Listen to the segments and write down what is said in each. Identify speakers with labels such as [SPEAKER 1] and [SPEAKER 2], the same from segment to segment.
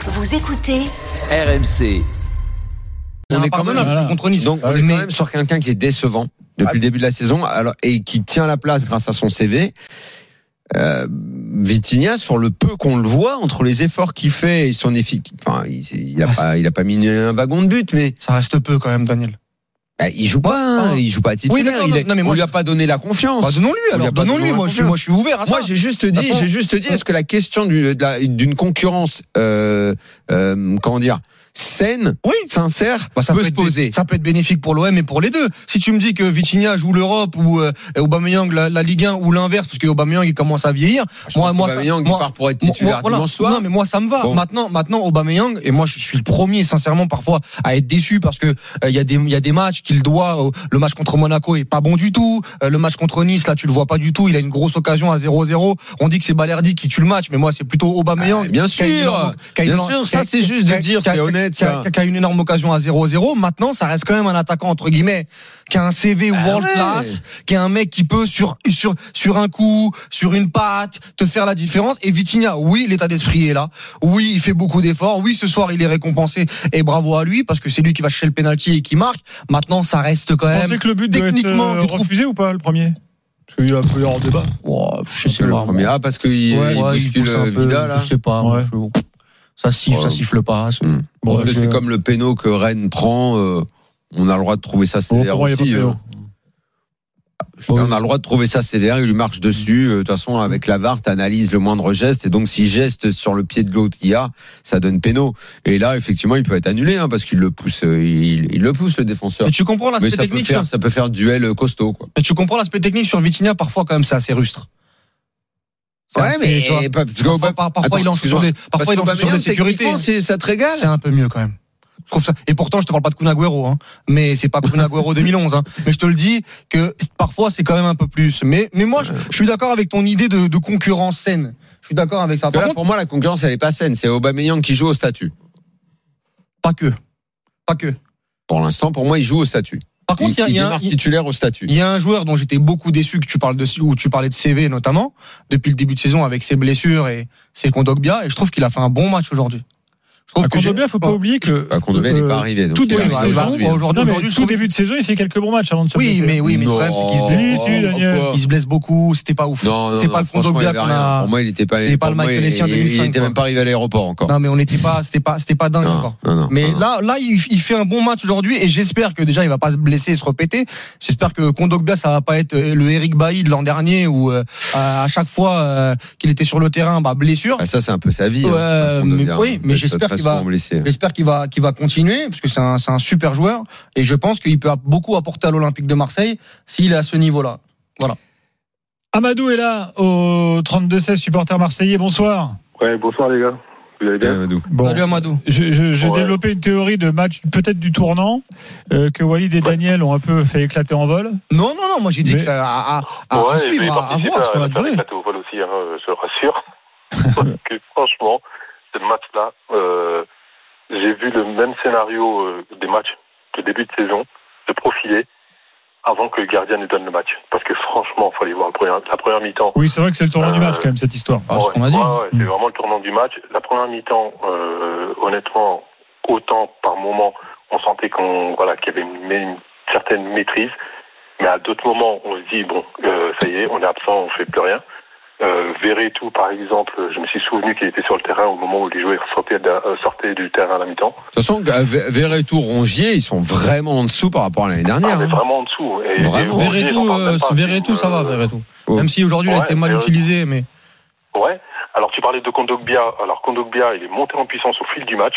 [SPEAKER 1] Vous écoutez
[SPEAKER 2] RMC.
[SPEAKER 3] Il y a
[SPEAKER 4] On
[SPEAKER 3] un
[SPEAKER 4] est quand
[SPEAKER 3] pardonnable
[SPEAKER 4] même-
[SPEAKER 3] voilà. contre Nice.
[SPEAKER 4] Donc on est
[SPEAKER 3] Mais-
[SPEAKER 4] quand même sur quelqu'un qui est décevant depuis
[SPEAKER 3] Ah.
[SPEAKER 4] le début de la saison alors, et qui tient la place grâce à son CV. Euh, Vitinha, sur le peu qu'on le voit, entre les efforts qu'il fait et son efficacité, enfin, il, il a
[SPEAKER 3] Ah,
[SPEAKER 4] pas, il a pas mis un wagon de but, mais
[SPEAKER 3] Ça reste peu quand même, Daniel.
[SPEAKER 4] bah, il joue pas, hein,
[SPEAKER 3] Ah.
[SPEAKER 4] il joue pas à titulaire.
[SPEAKER 3] Oui, d'accord,
[SPEAKER 4] il est-
[SPEAKER 3] non, mais
[SPEAKER 4] on
[SPEAKER 3] moi,
[SPEAKER 4] lui a
[SPEAKER 3] je-
[SPEAKER 4] pas donné la confiance.
[SPEAKER 3] Bah, donnons-lui
[SPEAKER 4] lui
[SPEAKER 3] alors,
[SPEAKER 4] a pas donné
[SPEAKER 3] donnons-lui. Moi,
[SPEAKER 4] la
[SPEAKER 3] je suis, moi, je suis ouvert à ça.
[SPEAKER 4] Moi, j'ai juste dit,
[SPEAKER 3] façon-
[SPEAKER 4] j'ai juste dit, est-ce que la question du- de la- d'une concurrence, euh, euh, comment dire, saine,
[SPEAKER 3] Oui.
[SPEAKER 4] sincère,
[SPEAKER 3] Bah, ça
[SPEAKER 4] peut,
[SPEAKER 3] peut
[SPEAKER 4] se
[SPEAKER 3] être bé-
[SPEAKER 4] poser.
[SPEAKER 3] Ça peut être bénéfique pour l'OM et pour les deux. Si tu me dis que Vitinha joue l'Europe ou euh, Aubameyang la, la Ligue 1 ou l'inverse, parce que Aubameyang il commence à vieillir.
[SPEAKER 4] Ah, Je pense qu'Aubameyang, il part pour être
[SPEAKER 3] Moi,
[SPEAKER 4] titulaire
[SPEAKER 3] moi, voilà.
[SPEAKER 4] dimanche soir.
[SPEAKER 3] Non, mais moi, ça me va.
[SPEAKER 4] Bon.
[SPEAKER 3] Maintenant, maintenant, Aubameyang, et moi, je suis le premier, sincèrement, parfois, à être déçu parce que euh, il y a des, il y a des matchs qu'il doit. euh, le match contre Monaco est pas bon du tout. Euh, le match contre Nice, là, tu le vois pas du tout. Il a une grosse occasion à 0-0. On dit que c'est Balerdi qui tue le match, mais moi, c'est plutôt Aubameyang.
[SPEAKER 4] Ah, bien
[SPEAKER 3] qui a une
[SPEAKER 4] sûr.
[SPEAKER 3] énorme- qui a une
[SPEAKER 4] Bien
[SPEAKER 3] énorme-
[SPEAKER 4] sûr,
[SPEAKER 3] qui a-
[SPEAKER 4] ça c'est juste de
[SPEAKER 3] qui a-
[SPEAKER 4] dire,
[SPEAKER 3] qui a-
[SPEAKER 4] c'est honnête
[SPEAKER 3] qui a,
[SPEAKER 4] ça.
[SPEAKER 3] qui a une énorme occasion à 0-0. Maintenant, ça reste quand même un attaquant entre guillemets qui a un CV world
[SPEAKER 4] Bah ouais.
[SPEAKER 3] class, qui est un mec qui peut sur sur sur un coup, sur une patte, te faire la différence. Et Vitinha, oui, l'état d'esprit est là. Oui, il fait beaucoup d'efforts. Oui, ce soir, il est récompensé et bravo à lui parce que c'est lui qui va chercher le penalty et qui marque. Maintenant, ça reste quand
[SPEAKER 5] Vous
[SPEAKER 3] même.
[SPEAKER 5] pensez que le but doit être
[SPEAKER 3] Euh, techniquement,
[SPEAKER 5] euh,
[SPEAKER 3] tu trouves-
[SPEAKER 5] refusé ou pas, le premier Parce qu'il y a- peut y avoir débat.
[SPEAKER 3] Ouah, je sais
[SPEAKER 4] Le
[SPEAKER 3] pas,
[SPEAKER 4] premier,
[SPEAKER 3] moi.
[SPEAKER 4] ah, parce qu'il
[SPEAKER 3] Ouais,
[SPEAKER 4] il
[SPEAKER 3] ouais, il
[SPEAKER 4] bouscule
[SPEAKER 3] pousse un peu,
[SPEAKER 4] Vida là.
[SPEAKER 3] Je sais pas. moi,
[SPEAKER 5] Ouais.
[SPEAKER 3] je- Ça siffle,
[SPEAKER 4] Ouais.
[SPEAKER 3] ça siffle pas. c'est-
[SPEAKER 4] Hmm.
[SPEAKER 5] Bon,
[SPEAKER 4] Parce que
[SPEAKER 5] je-
[SPEAKER 4] c'est comme le péno que Rennes prend. euh, on a le droit de trouver ça
[SPEAKER 5] Bon,
[SPEAKER 4] sévère
[SPEAKER 5] pour moi, il y a pas
[SPEAKER 4] aussi.
[SPEAKER 5] de
[SPEAKER 4] euh.
[SPEAKER 5] péno.
[SPEAKER 4] Je- On a le droit de trouver ça sévère. Il lui marche dessus. Euh, De toute façon, avec la VAR, t'analyses le moindre geste. Et donc, si geste sur le pied de l'autre qu'il y a, ça donne péno. Et là, effectivement, il peut être annulé hein, parce qu'il le pousse. euh, Il, il le pousse le défenseur.
[SPEAKER 3] Mais tu comprends
[SPEAKER 4] Mais
[SPEAKER 3] l'aspect
[SPEAKER 4] ça peut
[SPEAKER 3] technique
[SPEAKER 4] faire, ça peut faire duel costaud. Quoi.
[SPEAKER 3] Mais tu comprends l'aspect technique sur Vitinha, parfois quand même c'est assez rustre. C'est assez, tu vois,
[SPEAKER 4] pas- parce que-
[SPEAKER 3] parfois, par- parfois,
[SPEAKER 4] Attends,
[SPEAKER 3] il enchaîne sur
[SPEAKER 4] excuse-moi.
[SPEAKER 3] des,
[SPEAKER 4] parce
[SPEAKER 3] parfois il enchaîne sur des
[SPEAKER 4] qu'Aubameyang,
[SPEAKER 3] sécurités.
[SPEAKER 4] techniquement, c'est- ça te régale.
[SPEAKER 3] C'est un peu mieux quand même. Je trouve ça. Et pourtant, je te parle pas de Kun Agüero, hein. Mais c'est pas Kun Agüero 2011, hein. Mais je te le dis que c'est- parfois c'est quand même un peu plus. Mais, mais moi, je, je suis d'accord avec ton idée de, de concurrence saine. Je suis d'accord avec ça.
[SPEAKER 4] Parce que
[SPEAKER 3] Par
[SPEAKER 4] là,
[SPEAKER 3] contre,
[SPEAKER 4] pour moi, la concurrence, elle est pas saine. C'est Aubameyang qui joue au statut.
[SPEAKER 3] pas que. Pas que.
[SPEAKER 4] Pour l'instant, pour moi, il joue au statut.
[SPEAKER 3] Par
[SPEAKER 4] Il,
[SPEAKER 3] contre, il y a-
[SPEAKER 4] il
[SPEAKER 3] il y a, un-
[SPEAKER 4] démarre titulaire au statut.
[SPEAKER 3] Il y a un joueur dont j'étais beaucoup déçu que tu parles de ou tu parlais de CV notamment depuis le début de saison avec ses blessures et ses Kondogbia et je trouve qu'il a fait un bon match aujourd'hui. Je trouve
[SPEAKER 5] Ah,
[SPEAKER 3] que j'ai-
[SPEAKER 5] Kondogbia, faut pas oublier que.
[SPEAKER 4] Bah, Condovia, il n'est
[SPEAKER 5] euh,
[SPEAKER 4] pas arrivé. Donc
[SPEAKER 5] tout
[SPEAKER 4] il
[SPEAKER 5] début
[SPEAKER 4] arrive
[SPEAKER 5] de
[SPEAKER 4] à
[SPEAKER 5] saison,
[SPEAKER 4] aujourd'hui.
[SPEAKER 3] Bon, aujourd'hui,
[SPEAKER 5] Non, mais
[SPEAKER 3] aujourd'hui, je
[SPEAKER 5] tout
[SPEAKER 3] trouve-
[SPEAKER 5] début de saison, il fait quelques bons matchs avant de se
[SPEAKER 3] Oui,
[SPEAKER 5] blesser.
[SPEAKER 3] mais oui, mais le
[SPEAKER 4] Non.
[SPEAKER 3] problème c'est qu'il se blesse.
[SPEAKER 5] Oui, si, Daniel.
[SPEAKER 4] Pourquoi
[SPEAKER 3] Il se blesse beaucoup, c'était pas ouf.
[SPEAKER 4] Non, non,
[SPEAKER 3] C'est
[SPEAKER 4] non,
[SPEAKER 3] pas le
[SPEAKER 4] franchement, il
[SPEAKER 3] Kondogbia
[SPEAKER 4] avait
[SPEAKER 3] qu'on
[SPEAKER 4] rien.
[SPEAKER 3] a.
[SPEAKER 4] Pour moi, il n'était pas,
[SPEAKER 3] C'était pas
[SPEAKER 4] pour
[SPEAKER 3] le
[SPEAKER 4] moi,
[SPEAKER 3] Michael
[SPEAKER 4] il-
[SPEAKER 3] Essien
[SPEAKER 4] il-
[SPEAKER 3] 2005,
[SPEAKER 4] Il n'était même
[SPEAKER 3] quoi.
[SPEAKER 4] pas arrivé à l'aéroport encore.
[SPEAKER 3] Non mais on n'était pas, c'était pas, c'était pas dingue encore.
[SPEAKER 4] Non, non, non,
[SPEAKER 3] Mais
[SPEAKER 4] non.
[SPEAKER 3] là, là, il, il fait un bon match aujourd'hui et j'espère que déjà il va pas se blesser, et se repéter. J'espère que Kondogbia ça va pas être euh, le Eric Bailly de l'an dernier où euh, à à chaque fois euh, qu'il était sur le terrain, bah blessure.
[SPEAKER 4] Ah, ça, c'est un peu sa vie.
[SPEAKER 3] Ouais,
[SPEAKER 4] hein,
[SPEAKER 3] mais-
[SPEAKER 4] Condovia,
[SPEAKER 3] oui,
[SPEAKER 4] hein,
[SPEAKER 3] mais
[SPEAKER 4] de
[SPEAKER 3] j'espère
[SPEAKER 4] toute
[SPEAKER 3] qu'il
[SPEAKER 4] façon,
[SPEAKER 3] va-
[SPEAKER 4] blessé.
[SPEAKER 3] J'espère qu'il va qu'il va continuer parce que c'est un c'est un super joueur et je pense qu'il peut beaucoup apporter à l'Olympique de Marseille s'il est à ce niveau-là.
[SPEAKER 5] Amadou est là, au 32-16, supporter marseillais. Bonsoir.
[SPEAKER 6] Ouais, bonsoir les gars. Vous allez bien
[SPEAKER 4] Euh, donc,
[SPEAKER 5] Bon.
[SPEAKER 3] Salut Amadou.
[SPEAKER 5] Je- je- J'ai
[SPEAKER 6] Ouais.
[SPEAKER 5] développé une théorie de match, peut-être du tournant, euh, que Walid et Daniel ont un peu fait éclater en vol.
[SPEAKER 3] Non non non, moi j'ai dit
[SPEAKER 5] Mais-
[SPEAKER 3] que ça à, à, à
[SPEAKER 6] Ouais, je vais
[SPEAKER 3] suivre, à, à
[SPEAKER 6] participer
[SPEAKER 3] voir sur la
[SPEAKER 6] l'affaire
[SPEAKER 3] durée.
[SPEAKER 6] des plateaux au vol aussi, hein, euh, je le rassure. Parce que franchement, ce match-là, euh, j'ai vu le même scénario euh, des matchs de début de saison, de profiler, avant que le gardien nous donne le match. Parce que franchement, il fallait voir le premier- la première mi-temps.
[SPEAKER 5] Oui, c'est vrai que c'est le tournant
[SPEAKER 6] Euh,
[SPEAKER 5] du match, quand même, cette histoire.
[SPEAKER 3] Ah, ce
[SPEAKER 6] Ouais,
[SPEAKER 3] qu'on a dit.
[SPEAKER 6] ouais, ouais, c'est
[SPEAKER 5] Mm.
[SPEAKER 6] vraiment le tournant du match. La première mi-temps, euh, honnêtement, autant par moment, on sentait qu'on voilà qu'il y avait une, une certaine maîtrise, mais à d'autres moments, on se dit bon, euh, ça y est, on est absent, on fait plus rien. Euh, Verretou, par exemple, je me suis souvenu qu'il était sur le terrain au moment où les joueurs sortaient, de- euh, sortaient du terrain à la mi-temps.
[SPEAKER 4] De toute façon, euh, Ver- Verretou, Rongier, ils sont vraiment en dessous par rapport à l'année
[SPEAKER 6] Ah,
[SPEAKER 4] dernière.
[SPEAKER 6] mais
[SPEAKER 4] hein.
[SPEAKER 6] vraiment en dessous. Et,
[SPEAKER 4] Vraiment.
[SPEAKER 6] et-
[SPEAKER 3] Verretou,
[SPEAKER 6] j'en parle même
[SPEAKER 3] euh,
[SPEAKER 6] pas.
[SPEAKER 3] Verretou, ça va,
[SPEAKER 6] Euh,
[SPEAKER 3] Verretou.
[SPEAKER 4] Oh.
[SPEAKER 3] Même si aujourd'hui il a
[SPEAKER 6] Ouais,
[SPEAKER 3] été mal
[SPEAKER 6] Verretou.
[SPEAKER 3] utilisé, mais
[SPEAKER 6] Ouais. Alors tu parlais de Kondogbia. Alors Kondogbia, il est monté en puissance au fil du match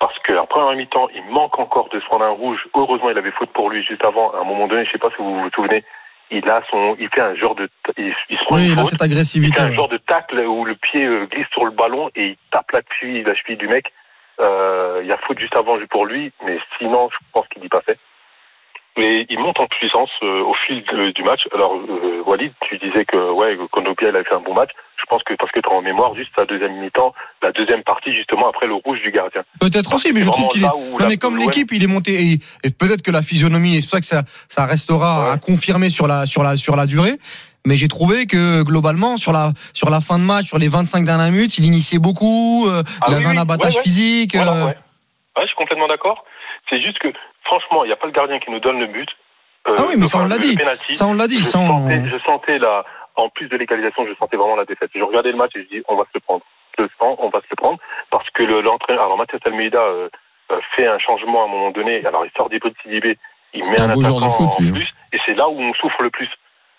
[SPEAKER 6] parce que en première mi-temps, il manque encore de se prendre un rouge. Heureusement, il avait faute pour lui juste avant. À un moment donné, je sais pas si vous vous souvenez, il a son, il fait un genre de, il, il se prend
[SPEAKER 3] oui,
[SPEAKER 6] une
[SPEAKER 3] il a
[SPEAKER 6] faute.
[SPEAKER 3] cette
[SPEAKER 6] Il fait
[SPEAKER 3] agressivité.
[SPEAKER 6] un
[SPEAKER 3] ouais.
[SPEAKER 6] genre de tacle où le pied euh, glisse sur le ballon et il tape la cheville, la cheville du mec. Euh, il y a faute juste avant pour lui, mais sinon, je pense qu'il n'y pas fait. Mais il monte en puissance euh, au fil de- du match. Alors, euh, Walid, tu disais que ouais, Kondogbia, il a fait un bon match. Je pense que parce que tu as en mémoire juste la deuxième mi-temps, la deuxième partie, justement, après le rouge du gardien.
[SPEAKER 3] Peut-être aussi, mais je trouve
[SPEAKER 6] Vraiment
[SPEAKER 3] qu'il est.
[SPEAKER 6] là où
[SPEAKER 3] Non,
[SPEAKER 6] la-
[SPEAKER 3] mais comme
[SPEAKER 6] l'OM
[SPEAKER 3] l'équipe, il est monté et, et peut-être que la physionomie, et c'est pour ça que ça, ça restera
[SPEAKER 6] Ouais.
[SPEAKER 3] à confirmer sur la sur la sur la durée. mais j'ai trouvé que globalement sur la sur la fin de match, sur les 25 dernières minutes, il initiait beaucoup, euh,
[SPEAKER 6] Ah
[SPEAKER 3] il
[SPEAKER 6] oui,
[SPEAKER 3] avait
[SPEAKER 6] oui,
[SPEAKER 3] un abattage
[SPEAKER 6] ouais, ouais.
[SPEAKER 3] physique.
[SPEAKER 6] Voilà,
[SPEAKER 3] euh,
[SPEAKER 6] ouais. Ouais, je suis complètement d'accord. C'est juste que, franchement, il n'y a pas le gardien qui nous donne le but. Euh,
[SPEAKER 3] Ah oui, mais ça, on
[SPEAKER 6] enfin,
[SPEAKER 3] l'a
[SPEAKER 6] le
[SPEAKER 3] dit.
[SPEAKER 6] penalty.
[SPEAKER 3] Ça on l'a dit,
[SPEAKER 6] je,
[SPEAKER 3] ça on-
[SPEAKER 6] sentais, je sentais la, en plus de l'égalisation, je sentais vraiment la défaite. Je regardais le match et je dis, on va se le prendre. Je le sens, on va se le prendre. Parce que le- l'entraîneur, alors Mathias Almeida euh, euh, fait un changement à un moment donné. Alors il sort des bruits de Sidibé, il
[SPEAKER 4] C'est
[SPEAKER 6] met
[SPEAKER 4] un
[SPEAKER 6] un,
[SPEAKER 4] beau joueur de
[SPEAKER 6] attaquant
[SPEAKER 4] foot,
[SPEAKER 6] en
[SPEAKER 4] lui, hein.
[SPEAKER 6] plus. Et c'est là où on souffre le plus.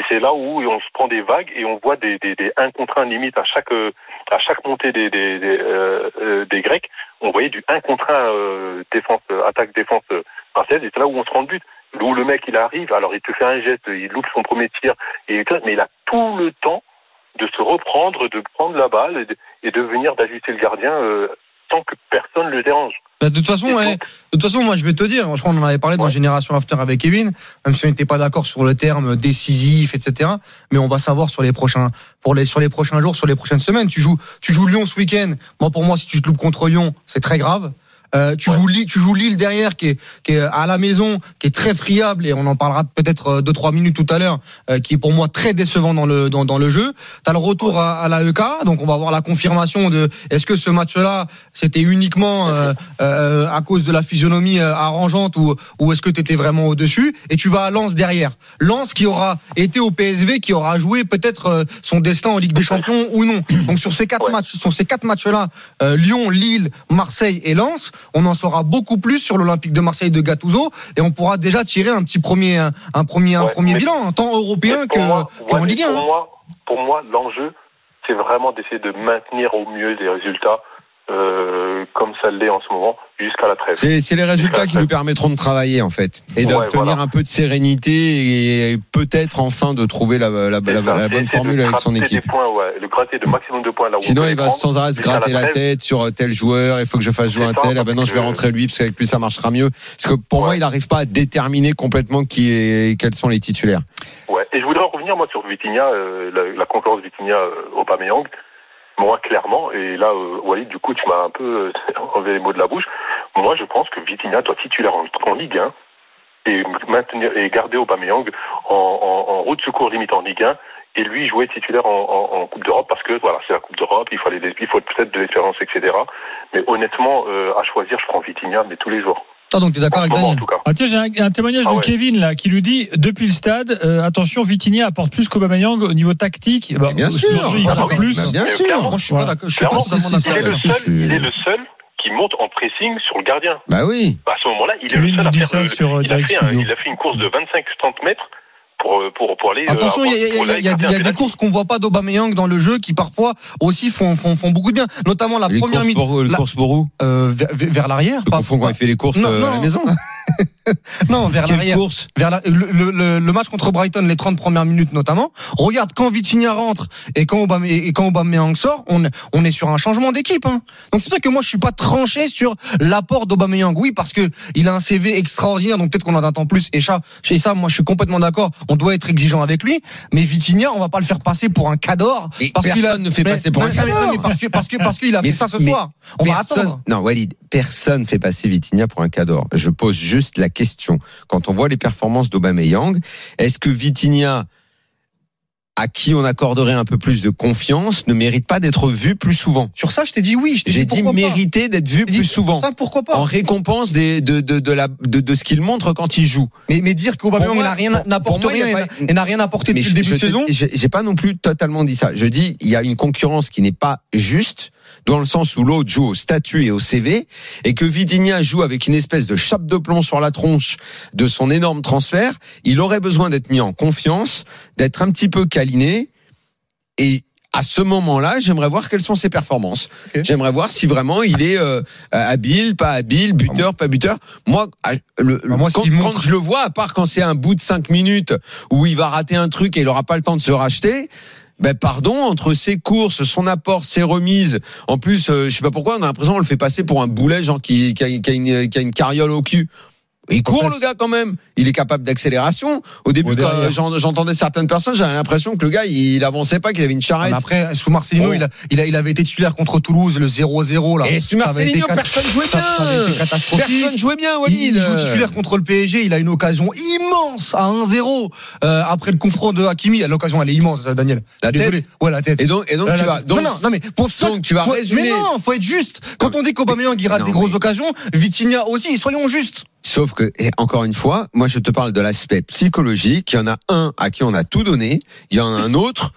[SPEAKER 6] Et c'est là où on se prend des vagues et on voit des, des, des 1 contre 1 limite à chaque, euh, à chaque montée des, des, des, euh, euh, des Grecs. On voyait du 1 contre 1 euh, défense, euh, attaque-défense euh, française. Et c'est là où on se rend le but où le mec il arrive, alors il te fait un geste, il loupe son premier tir, et, mais il a tout le temps de se reprendre, de prendre la balle et de, et de venir d'ajuster le gardien euh, sans que personne le dérange.
[SPEAKER 3] Bah, de toute façon,
[SPEAKER 6] Et
[SPEAKER 3] ouais,
[SPEAKER 6] donc,
[SPEAKER 3] de toute façon, moi je vais te dire, je crois qu'on en avait parlé dans
[SPEAKER 6] Ouais.
[SPEAKER 3] Génération After avec Kevin, même si on n'était pas d'accord sur le terme décisif, etc. Mais on va savoir sur les prochains, pour les sur les prochains jours, sur les prochaines semaines. Tu joues, tu joues Lyon ce week-end. Moi, pour moi, si tu te loupes contre Lyon, c'est très grave. Euh, tu,
[SPEAKER 6] Ouais.
[SPEAKER 3] joues Lille, tu joues Lille derrière, qui est, qui est à la maison, qui est très friable, et on en parlera peut-être euh, deux trois minutes tout à l'heure, euh, qui est pour moi très décevant dans le dans, dans le jeu. T'as le retour à, à la EK, donc on va avoir la confirmation de est-ce que ce match-là c'était uniquement euh, euh, à cause de la physionomie euh, arrangeante ou, ou est-ce que tu étais vraiment au-dessus Et tu vas à Lens derrière. Lens qui aura été au PSV, qui aura joué peut-être euh, son destin en Ligue des Champions ou non. Donc sur ces quatre
[SPEAKER 6] Ouais.
[SPEAKER 3] matchs, sur ces quatre matchs-là, euh, Lyon, Lille, Marseille et Lens, on en saura beaucoup plus sur l'Olympique de Marseille de Gattuso et on pourra déjà tirer un petit premier un, un premier un
[SPEAKER 6] Ouais,
[SPEAKER 3] premier
[SPEAKER 6] mais-
[SPEAKER 3] bilan, tant européen
[SPEAKER 6] mais pour
[SPEAKER 3] que
[SPEAKER 6] moi-
[SPEAKER 3] qu'en
[SPEAKER 6] ouais,
[SPEAKER 3] Ligue hein.
[SPEAKER 6] mais
[SPEAKER 3] 1.
[SPEAKER 4] hein.
[SPEAKER 6] Pour moi, pour moi, l'enjeu, c'est vraiment d'essayer de maintenir au mieux les résultats euh, comme ça l'est en ce moment jusqu'à la trêve.
[SPEAKER 4] C'est c'est les résultats qui nous permettront de travailler en fait et
[SPEAKER 6] Ouais,
[SPEAKER 4] d'obtenir
[SPEAKER 6] voilà.
[SPEAKER 4] un peu de sérénité et peut-être enfin de trouver la, la- la-
[SPEAKER 6] C'est
[SPEAKER 4] la-
[SPEAKER 6] ça,
[SPEAKER 4] la
[SPEAKER 6] c'est-
[SPEAKER 4] bonne
[SPEAKER 6] c'est de
[SPEAKER 4] formule avec son
[SPEAKER 6] gratter des
[SPEAKER 4] équipe.
[SPEAKER 6] points, ouais, le gratter de maximum de points là où on
[SPEAKER 4] Sinon,
[SPEAKER 6] peut
[SPEAKER 4] il
[SPEAKER 6] les
[SPEAKER 4] va
[SPEAKER 6] prendre.
[SPEAKER 4] sans arrêt se
[SPEAKER 6] jusqu'à
[SPEAKER 4] gratter
[SPEAKER 6] la
[SPEAKER 4] la
[SPEAKER 6] trêve.
[SPEAKER 4] tête sur euh, tel joueur. Il faut que je fasse jouer
[SPEAKER 6] C'est
[SPEAKER 4] un
[SPEAKER 6] ça,
[SPEAKER 4] tel. Ah ben
[SPEAKER 6] parce
[SPEAKER 4] non, je vais
[SPEAKER 6] que-
[SPEAKER 4] rentrer lui parce qu'avec lui ça marchera mieux. Parce que pour
[SPEAKER 6] Ouais.
[SPEAKER 4] moi, il n'arrive pas à déterminer complètement qui est, quels sont les titulaires.
[SPEAKER 6] Ouais. Et je voudrais en revenir moi sur Vitinha, euh, la, la concurrence Vitinha euh, Aubameyang. Moi clairement, et là euh, Walid, du coup tu m'as un peu euh, enlevé les mots de la bouche. Moi je pense que Vitinha doit titulaire en, en Ligue 1 et maintenir et garder Aubameyang en, en, en route secours limite en Ligue 1 et lui jouer titulaire en, en- en Coupe d'Europe parce que voilà c'est la Coupe d'Europe, il fallait des- il faut peut-être de l'expérience etc. Mais honnêtement euh, à choisir je prends Vitinha mais tous les jours.
[SPEAKER 3] Ah, donc t'es d'accord
[SPEAKER 6] En ce
[SPEAKER 3] avec
[SPEAKER 6] moment, en
[SPEAKER 3] Daniel
[SPEAKER 6] tout cas.
[SPEAKER 5] Ah tiens, j'ai un, un témoignage
[SPEAKER 6] Ah
[SPEAKER 5] de
[SPEAKER 6] ouais.
[SPEAKER 5] Kevin là qui lui dit depuis le stade, euh, attention, Vitinha apporte plus qu'Aubameyang au niveau tactique. Eh ben,
[SPEAKER 4] Mais bien sûr.
[SPEAKER 5] sur le jeu, il
[SPEAKER 3] Ah
[SPEAKER 5] apporte
[SPEAKER 3] bah oui,
[SPEAKER 5] plus.
[SPEAKER 4] bah bien
[SPEAKER 6] Mais
[SPEAKER 4] sûr.
[SPEAKER 6] clairement,
[SPEAKER 3] Moi, je suis pas
[SPEAKER 5] Voilà.
[SPEAKER 3] d'accord. Je suis pas
[SPEAKER 6] Clairement,
[SPEAKER 3] totalement
[SPEAKER 4] si, si,
[SPEAKER 6] Il est
[SPEAKER 3] d'accord.
[SPEAKER 6] le
[SPEAKER 4] si,
[SPEAKER 6] seul,
[SPEAKER 4] je-
[SPEAKER 6] il est le seul qui monte en pressing sur le gardien.
[SPEAKER 4] Bah oui.
[SPEAKER 6] Bah, à ce moment-là, il est le
[SPEAKER 5] Kevin
[SPEAKER 6] seul
[SPEAKER 5] nous
[SPEAKER 6] à
[SPEAKER 5] dit
[SPEAKER 6] faire
[SPEAKER 5] ça
[SPEAKER 6] le-
[SPEAKER 5] sur euh,
[SPEAKER 6] il, a
[SPEAKER 5] Direct
[SPEAKER 6] fait un-
[SPEAKER 5] Studio.
[SPEAKER 6] il a fait une course de 25-30 mètres pour, euh, pour, pour aller. euh,
[SPEAKER 3] Attention, il y a, il y a-
[SPEAKER 6] pour
[SPEAKER 3] il y a- il y a- il
[SPEAKER 6] écarter
[SPEAKER 3] y a
[SPEAKER 6] un
[SPEAKER 3] des
[SPEAKER 6] penalty.
[SPEAKER 3] courses qu'on voit pas d'Aubameyang dans le jeu qui parfois aussi font, font, font beaucoup de bien. Notamment la
[SPEAKER 4] Les
[SPEAKER 3] première
[SPEAKER 4] courses
[SPEAKER 3] mi
[SPEAKER 4] pour, le
[SPEAKER 3] la-
[SPEAKER 4] course pour où
[SPEAKER 3] euh, vers, vers l'arrière.
[SPEAKER 4] Je
[SPEAKER 3] pas-
[SPEAKER 4] confonds quand il fait les courses
[SPEAKER 3] Non,
[SPEAKER 4] euh, à la
[SPEAKER 3] non.
[SPEAKER 4] maison.
[SPEAKER 3] Non, vers
[SPEAKER 4] Quelle
[SPEAKER 3] l'arrière.
[SPEAKER 4] course
[SPEAKER 3] Vers la- le, le- le- le match contre Brighton, les 30 premières minutes notamment. Regarde quand Vitinha rentre et quand Obama et quand Aubameyang sort, on, on est sur un changement d'équipe. hein. Donc c'est pour ça que moi je suis pas tranché sur l'apport d'Aubameyang. Oui, parce que il a un CV extraordinaire, donc peut-être qu'on en attend plus. Et ça, et ça, moi je suis complètement d'accord. On doit être exigeant avec lui, mais Vitinha, on va pas le faire passer pour un cador.
[SPEAKER 4] Et
[SPEAKER 3] Parce qu'il a-
[SPEAKER 4] personne ne fait
[SPEAKER 3] mais-
[SPEAKER 4] passer pour
[SPEAKER 3] non,
[SPEAKER 4] un
[SPEAKER 3] non, mais-
[SPEAKER 4] cador.
[SPEAKER 3] non, mais parce que parce que parce qu'il a
[SPEAKER 4] Mais-
[SPEAKER 3] fait ça ce
[SPEAKER 4] mais
[SPEAKER 3] soir. On
[SPEAKER 4] personne,
[SPEAKER 3] va attendre.
[SPEAKER 4] Non, Walid, personne fait passer Vitinha pour un cador. Je pose juste la question. Quand on voit les performances d'Aubameyang, est-ce que Vitinha, à qui on accorderait un peu plus de confiance, ne mérite pas d'être vu plus souvent
[SPEAKER 3] Sur ça, je t'ai dit oui. Je t'ai
[SPEAKER 4] J'ai
[SPEAKER 3] dit,
[SPEAKER 4] dit
[SPEAKER 3] pourquoi pas.
[SPEAKER 4] mériter d'être vu
[SPEAKER 3] J'ai dit,
[SPEAKER 4] plus souvent.
[SPEAKER 3] Ça, pourquoi pas
[SPEAKER 4] En récompense des, de, de, de, la, de, de ce qu'il montre quand il joue.
[SPEAKER 3] Mais, mais dire qu'Aubameyang
[SPEAKER 4] Pour moi,
[SPEAKER 3] n'a rien
[SPEAKER 4] pour-
[SPEAKER 3] n'apporte
[SPEAKER 4] pour moi, il y a
[SPEAKER 3] rien et
[SPEAKER 4] pas-
[SPEAKER 3] n'a- et n'a rien apporté
[SPEAKER 4] Mais
[SPEAKER 3] depuis
[SPEAKER 4] je-
[SPEAKER 3] le début
[SPEAKER 4] je
[SPEAKER 3] de
[SPEAKER 4] te-
[SPEAKER 3] saison.
[SPEAKER 4] je- J'ai pas non plus totalement dit ça. Je dis, il y a une concurrence qui n'est pas juste, dans le sens où l'autre joue au statut et au CV, et que Vitinha joue avec une espèce de chape de plomb sur la tronche de son énorme transfert. Il aurait besoin d'être mis en confiance, d'être un petit peu câliné, et à ce moment-là, j'aimerais voir quelles sont ses performances.
[SPEAKER 3] Ok.
[SPEAKER 4] J'aimerais voir si vraiment il est euh, habile, pas habile, buteur, pas buteur. Moi, à- le-
[SPEAKER 3] Ah, moi,
[SPEAKER 4] quand,
[SPEAKER 3] s'il
[SPEAKER 4] quand
[SPEAKER 3] montre-
[SPEAKER 4] je le vois, à part quand c'est un bout de 5 minutes où il va rater un truc et il n'aura pas le temps de se racheter. Ben pardon, entre ses courses, son apport, ses remises, en plus, euh, je sais pas pourquoi, on a l'impression qu'on le fait passer pour un boulet, genre qui, qui, a, qui a une, qui a une carriole au cul. Il court
[SPEAKER 5] Après,
[SPEAKER 4] le gars quand même. Il est capable d'accélération. Au début,
[SPEAKER 5] Au
[SPEAKER 4] quand
[SPEAKER 5] derrière.
[SPEAKER 4] euh, j'en- j'entendais certaines personnes, j'avais l'impression que le gars, il, il avançait pas, qu'il avait une
[SPEAKER 3] Mais
[SPEAKER 4] charrette.
[SPEAKER 3] Ah, après, sous Marcelino,
[SPEAKER 4] Bon.
[SPEAKER 3] il, a, il, a- il avait été titulaire contre Toulouse, le 0-0. là.
[SPEAKER 4] Et sous
[SPEAKER 3] Ça avait été
[SPEAKER 4] Marcelinho,
[SPEAKER 3] cat-
[SPEAKER 4] personne jouait
[SPEAKER 3] ça- ça avait
[SPEAKER 4] bien.
[SPEAKER 3] été catastrophique.
[SPEAKER 4] Personne jouait bien,
[SPEAKER 3] Il,
[SPEAKER 4] Walid.
[SPEAKER 3] il joue titulaire contre le PSG, il a une occasion immense à 1-0 euh, après le confront de Hakimi. L'occasion elle est immense, Daniel.
[SPEAKER 4] La
[SPEAKER 3] Désolé. Ouais, Euh, la tête.
[SPEAKER 4] Et donc, et donc
[SPEAKER 3] Là,
[SPEAKER 4] tu
[SPEAKER 3] là,
[SPEAKER 4] vas. Donc,
[SPEAKER 3] non, non, non, mais pour ça,
[SPEAKER 4] donc, tu vas
[SPEAKER 3] faut-
[SPEAKER 4] résumer.
[SPEAKER 3] Mais non, faut être juste. Quand on dit qu'Aubameyang il rate
[SPEAKER 4] Non,
[SPEAKER 3] des grosses
[SPEAKER 4] mais-
[SPEAKER 3] occasions, Vitinha aussi, soyons justes.
[SPEAKER 4] Sauf que, et encore une fois, moi je te parle de l'aspect psychologique. Il y en a un à qui on a tout donné. Il y en a un autre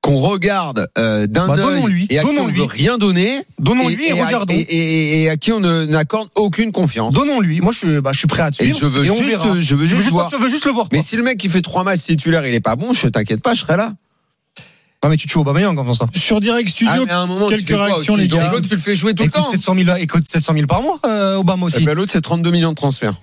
[SPEAKER 4] qu'on regarde euh, d'un
[SPEAKER 3] Bah,
[SPEAKER 4] œil
[SPEAKER 3] donnons-lui,
[SPEAKER 4] et à qui on ne
[SPEAKER 3] donnons-lui.
[SPEAKER 4] veut rien donner.
[SPEAKER 3] Donnons-lui et,
[SPEAKER 4] à-
[SPEAKER 3] regardons.
[SPEAKER 4] et- et- et à qui on ne- n'accorde aucune confiance.
[SPEAKER 3] Donnons-lui. Moi, je, suis- bah, je suis prêt à te
[SPEAKER 4] Et
[SPEAKER 3] suivre.
[SPEAKER 4] je veux
[SPEAKER 3] on
[SPEAKER 4] juste,
[SPEAKER 3] verra.
[SPEAKER 4] je veux
[SPEAKER 3] Je veux
[SPEAKER 4] juste
[SPEAKER 3] juste,
[SPEAKER 4] voir.
[SPEAKER 3] je veux juste le voir.
[SPEAKER 4] Mais
[SPEAKER 3] toi.
[SPEAKER 4] si le mec qui fait trois matchs titulaires, il est pas bon, je t'inquiète pas, je serai là.
[SPEAKER 3] Non, mais tu tues Aubameyang en faisant ça.
[SPEAKER 5] Sur Direct
[SPEAKER 4] Ah,
[SPEAKER 5] Studio,
[SPEAKER 4] mais à un moment,
[SPEAKER 5] quelques
[SPEAKER 4] tu fais quoi
[SPEAKER 5] réactions,
[SPEAKER 4] aussi
[SPEAKER 5] les
[SPEAKER 4] Donc,
[SPEAKER 5] gars.
[SPEAKER 4] L'autre, tu le fais jouer tout le
[SPEAKER 3] Écoute
[SPEAKER 4] temps.
[SPEAKER 3] 700 000, écoute 700 000 par mois, euh, Obama aussi.
[SPEAKER 4] ben, Eh ben, l'autre, c'est 32 millions de transferts.